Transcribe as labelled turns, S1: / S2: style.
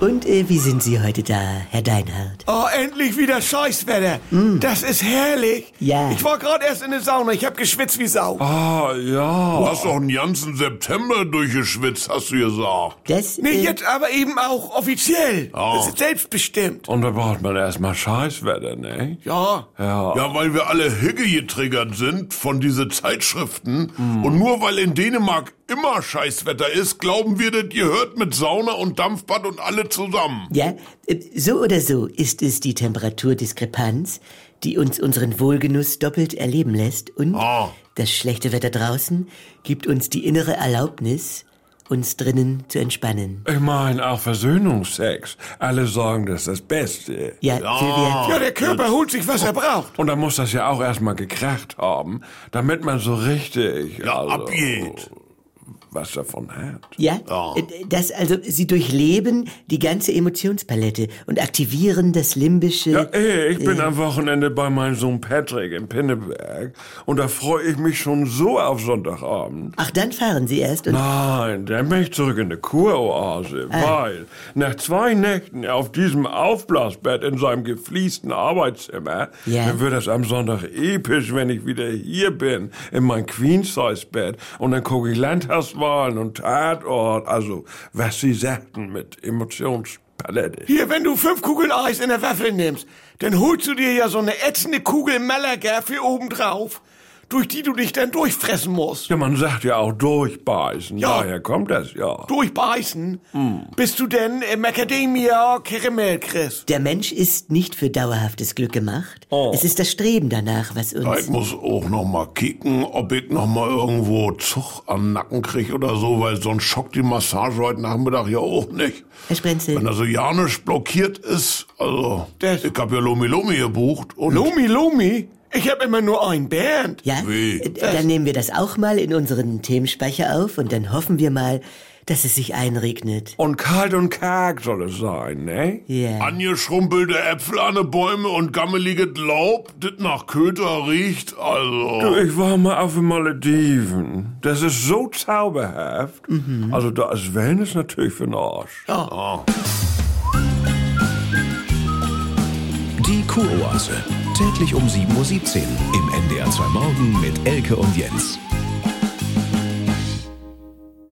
S1: Und äh, wie sind Sie heute da, Herr Deinhardt?
S2: Oh, endlich wieder Scheißwetter. Das ist herrlich.
S1: Mm. Ja.
S2: Ich war gerade erst in der Sauna. Ich hab geschwitzt wie Sau.
S3: Ah, ja.
S4: Du hast doch den ganzen September durchgeschwitzt, hast du gesagt.
S1: Das,
S2: Nee,
S1: äh,
S2: jetzt aber eben auch offiziell.
S4: Oh.
S2: Das ist selbstbestimmt.
S3: Ah. Und da braucht man erstmal Scheißwetter, ne?
S2: Ja.
S3: Ja.
S4: Ja, weil wir alle Hicke getriggert sind von diese Zeitschriften.
S2: Hm.
S4: Und nur weil in Dänemark immer Scheißwetter ist, glauben wir, das gehört mit Sauna und Dampfbad und alle zusammen.
S1: ja, äh, so oder so ist es die Temperaturdiskrepanz, die uns unseren Wohlgenuss doppelt erleben lässt und
S4: Ah.
S1: das schlechte Wetter draußen gibt uns die innere Erlaubnis, uns drinnen zu entspannen.
S3: Ich meine, auch Versöhnungsex. Alle sagen, das ist das Beste.
S1: Ja, Silvia,
S2: Ja, der Körper holt sich, was er braucht.
S3: Und da muss das ja auch erstmal gekracht haben, damit man so richtig
S4: Ja,
S3: also,
S4: ab geht.
S3: was davon hat.
S1: ja,
S3: Ah.
S1: äh, das also, Sie durchleben die ganze Emotionspalette und aktivieren das limbische... äh,
S3: Ja, ey, ich bin am Wochenende bei meinem Sohn Patrick in Pinneberg und da freue ich mich schon so auf Sonntagabend.
S1: Ach, dann fahren Sie erst und...
S3: Nein, dann bin ich zurück in die Kuroase, weil nach zwei Nächten auf diesem Aufblasbett in seinem gefliesten Arbeitszimmer,
S1: Ja.
S3: dann wird das am Sonntag episch, wenn ich wieder hier bin, in mein Queen-Size-Bett und dann gucke ich Landtagswahlen und Tatort, also was sie sagten mit Emotionspalette.
S2: Hier, wenn du fünf Kugeln Eis in der Waffel nimmst, dann holst du dir ja so eine ätzende Kugel Malaga für obendrauf, durch die du dich dann durchfressen musst.
S3: Ja, man sagt ja auch durchbeißen,
S2: Ja.
S3: daher kommt das ja.
S2: Durchbeißen,
S4: Hm.
S2: bis du denn äh, Macadamia Caramel kriegst.
S1: Der Mensch ist nicht für dauerhaftes Glück gemacht. Es ist das Streben danach, was
S4: Ja,
S1: uns.
S4: ich muss auch noch mal kicken, ob ich noch mal irgendwo Zug am Nacken krieg oder so, weil sonst schockt die Massage heute Nachmittag ja auch nicht.
S1: Herr
S4: Wenn
S1: Sprenzel,
S4: er so janisch blockiert ist, also,
S2: Das-
S4: ich hab ja Lomi Lomi gebucht und...
S2: Lomi, Lomi, ich hab immer nur ein Band.
S1: ja,
S4: Wie?
S1: äh, dann nehmen wir das auch mal in unseren Themenspeicher auf und dann hoffen wir mal, dass es sich einregnet.
S3: Und kalt und karg soll es sein, ne?
S1: Ja.
S4: Angeschrumpelte Äpfel an den Bäume und gammeliges Laub, das nach Köter riecht,
S3: Du,
S4: also...
S3: ich war mal auf den Malediven. Das ist so zauberhaft.
S1: Mhm.
S3: Also da ist Wellness natürlich für den Arsch.
S5: Die Kuroase. Täglich um 7.17 Uhr im NDR 2 Morgen mit Elke und Jens.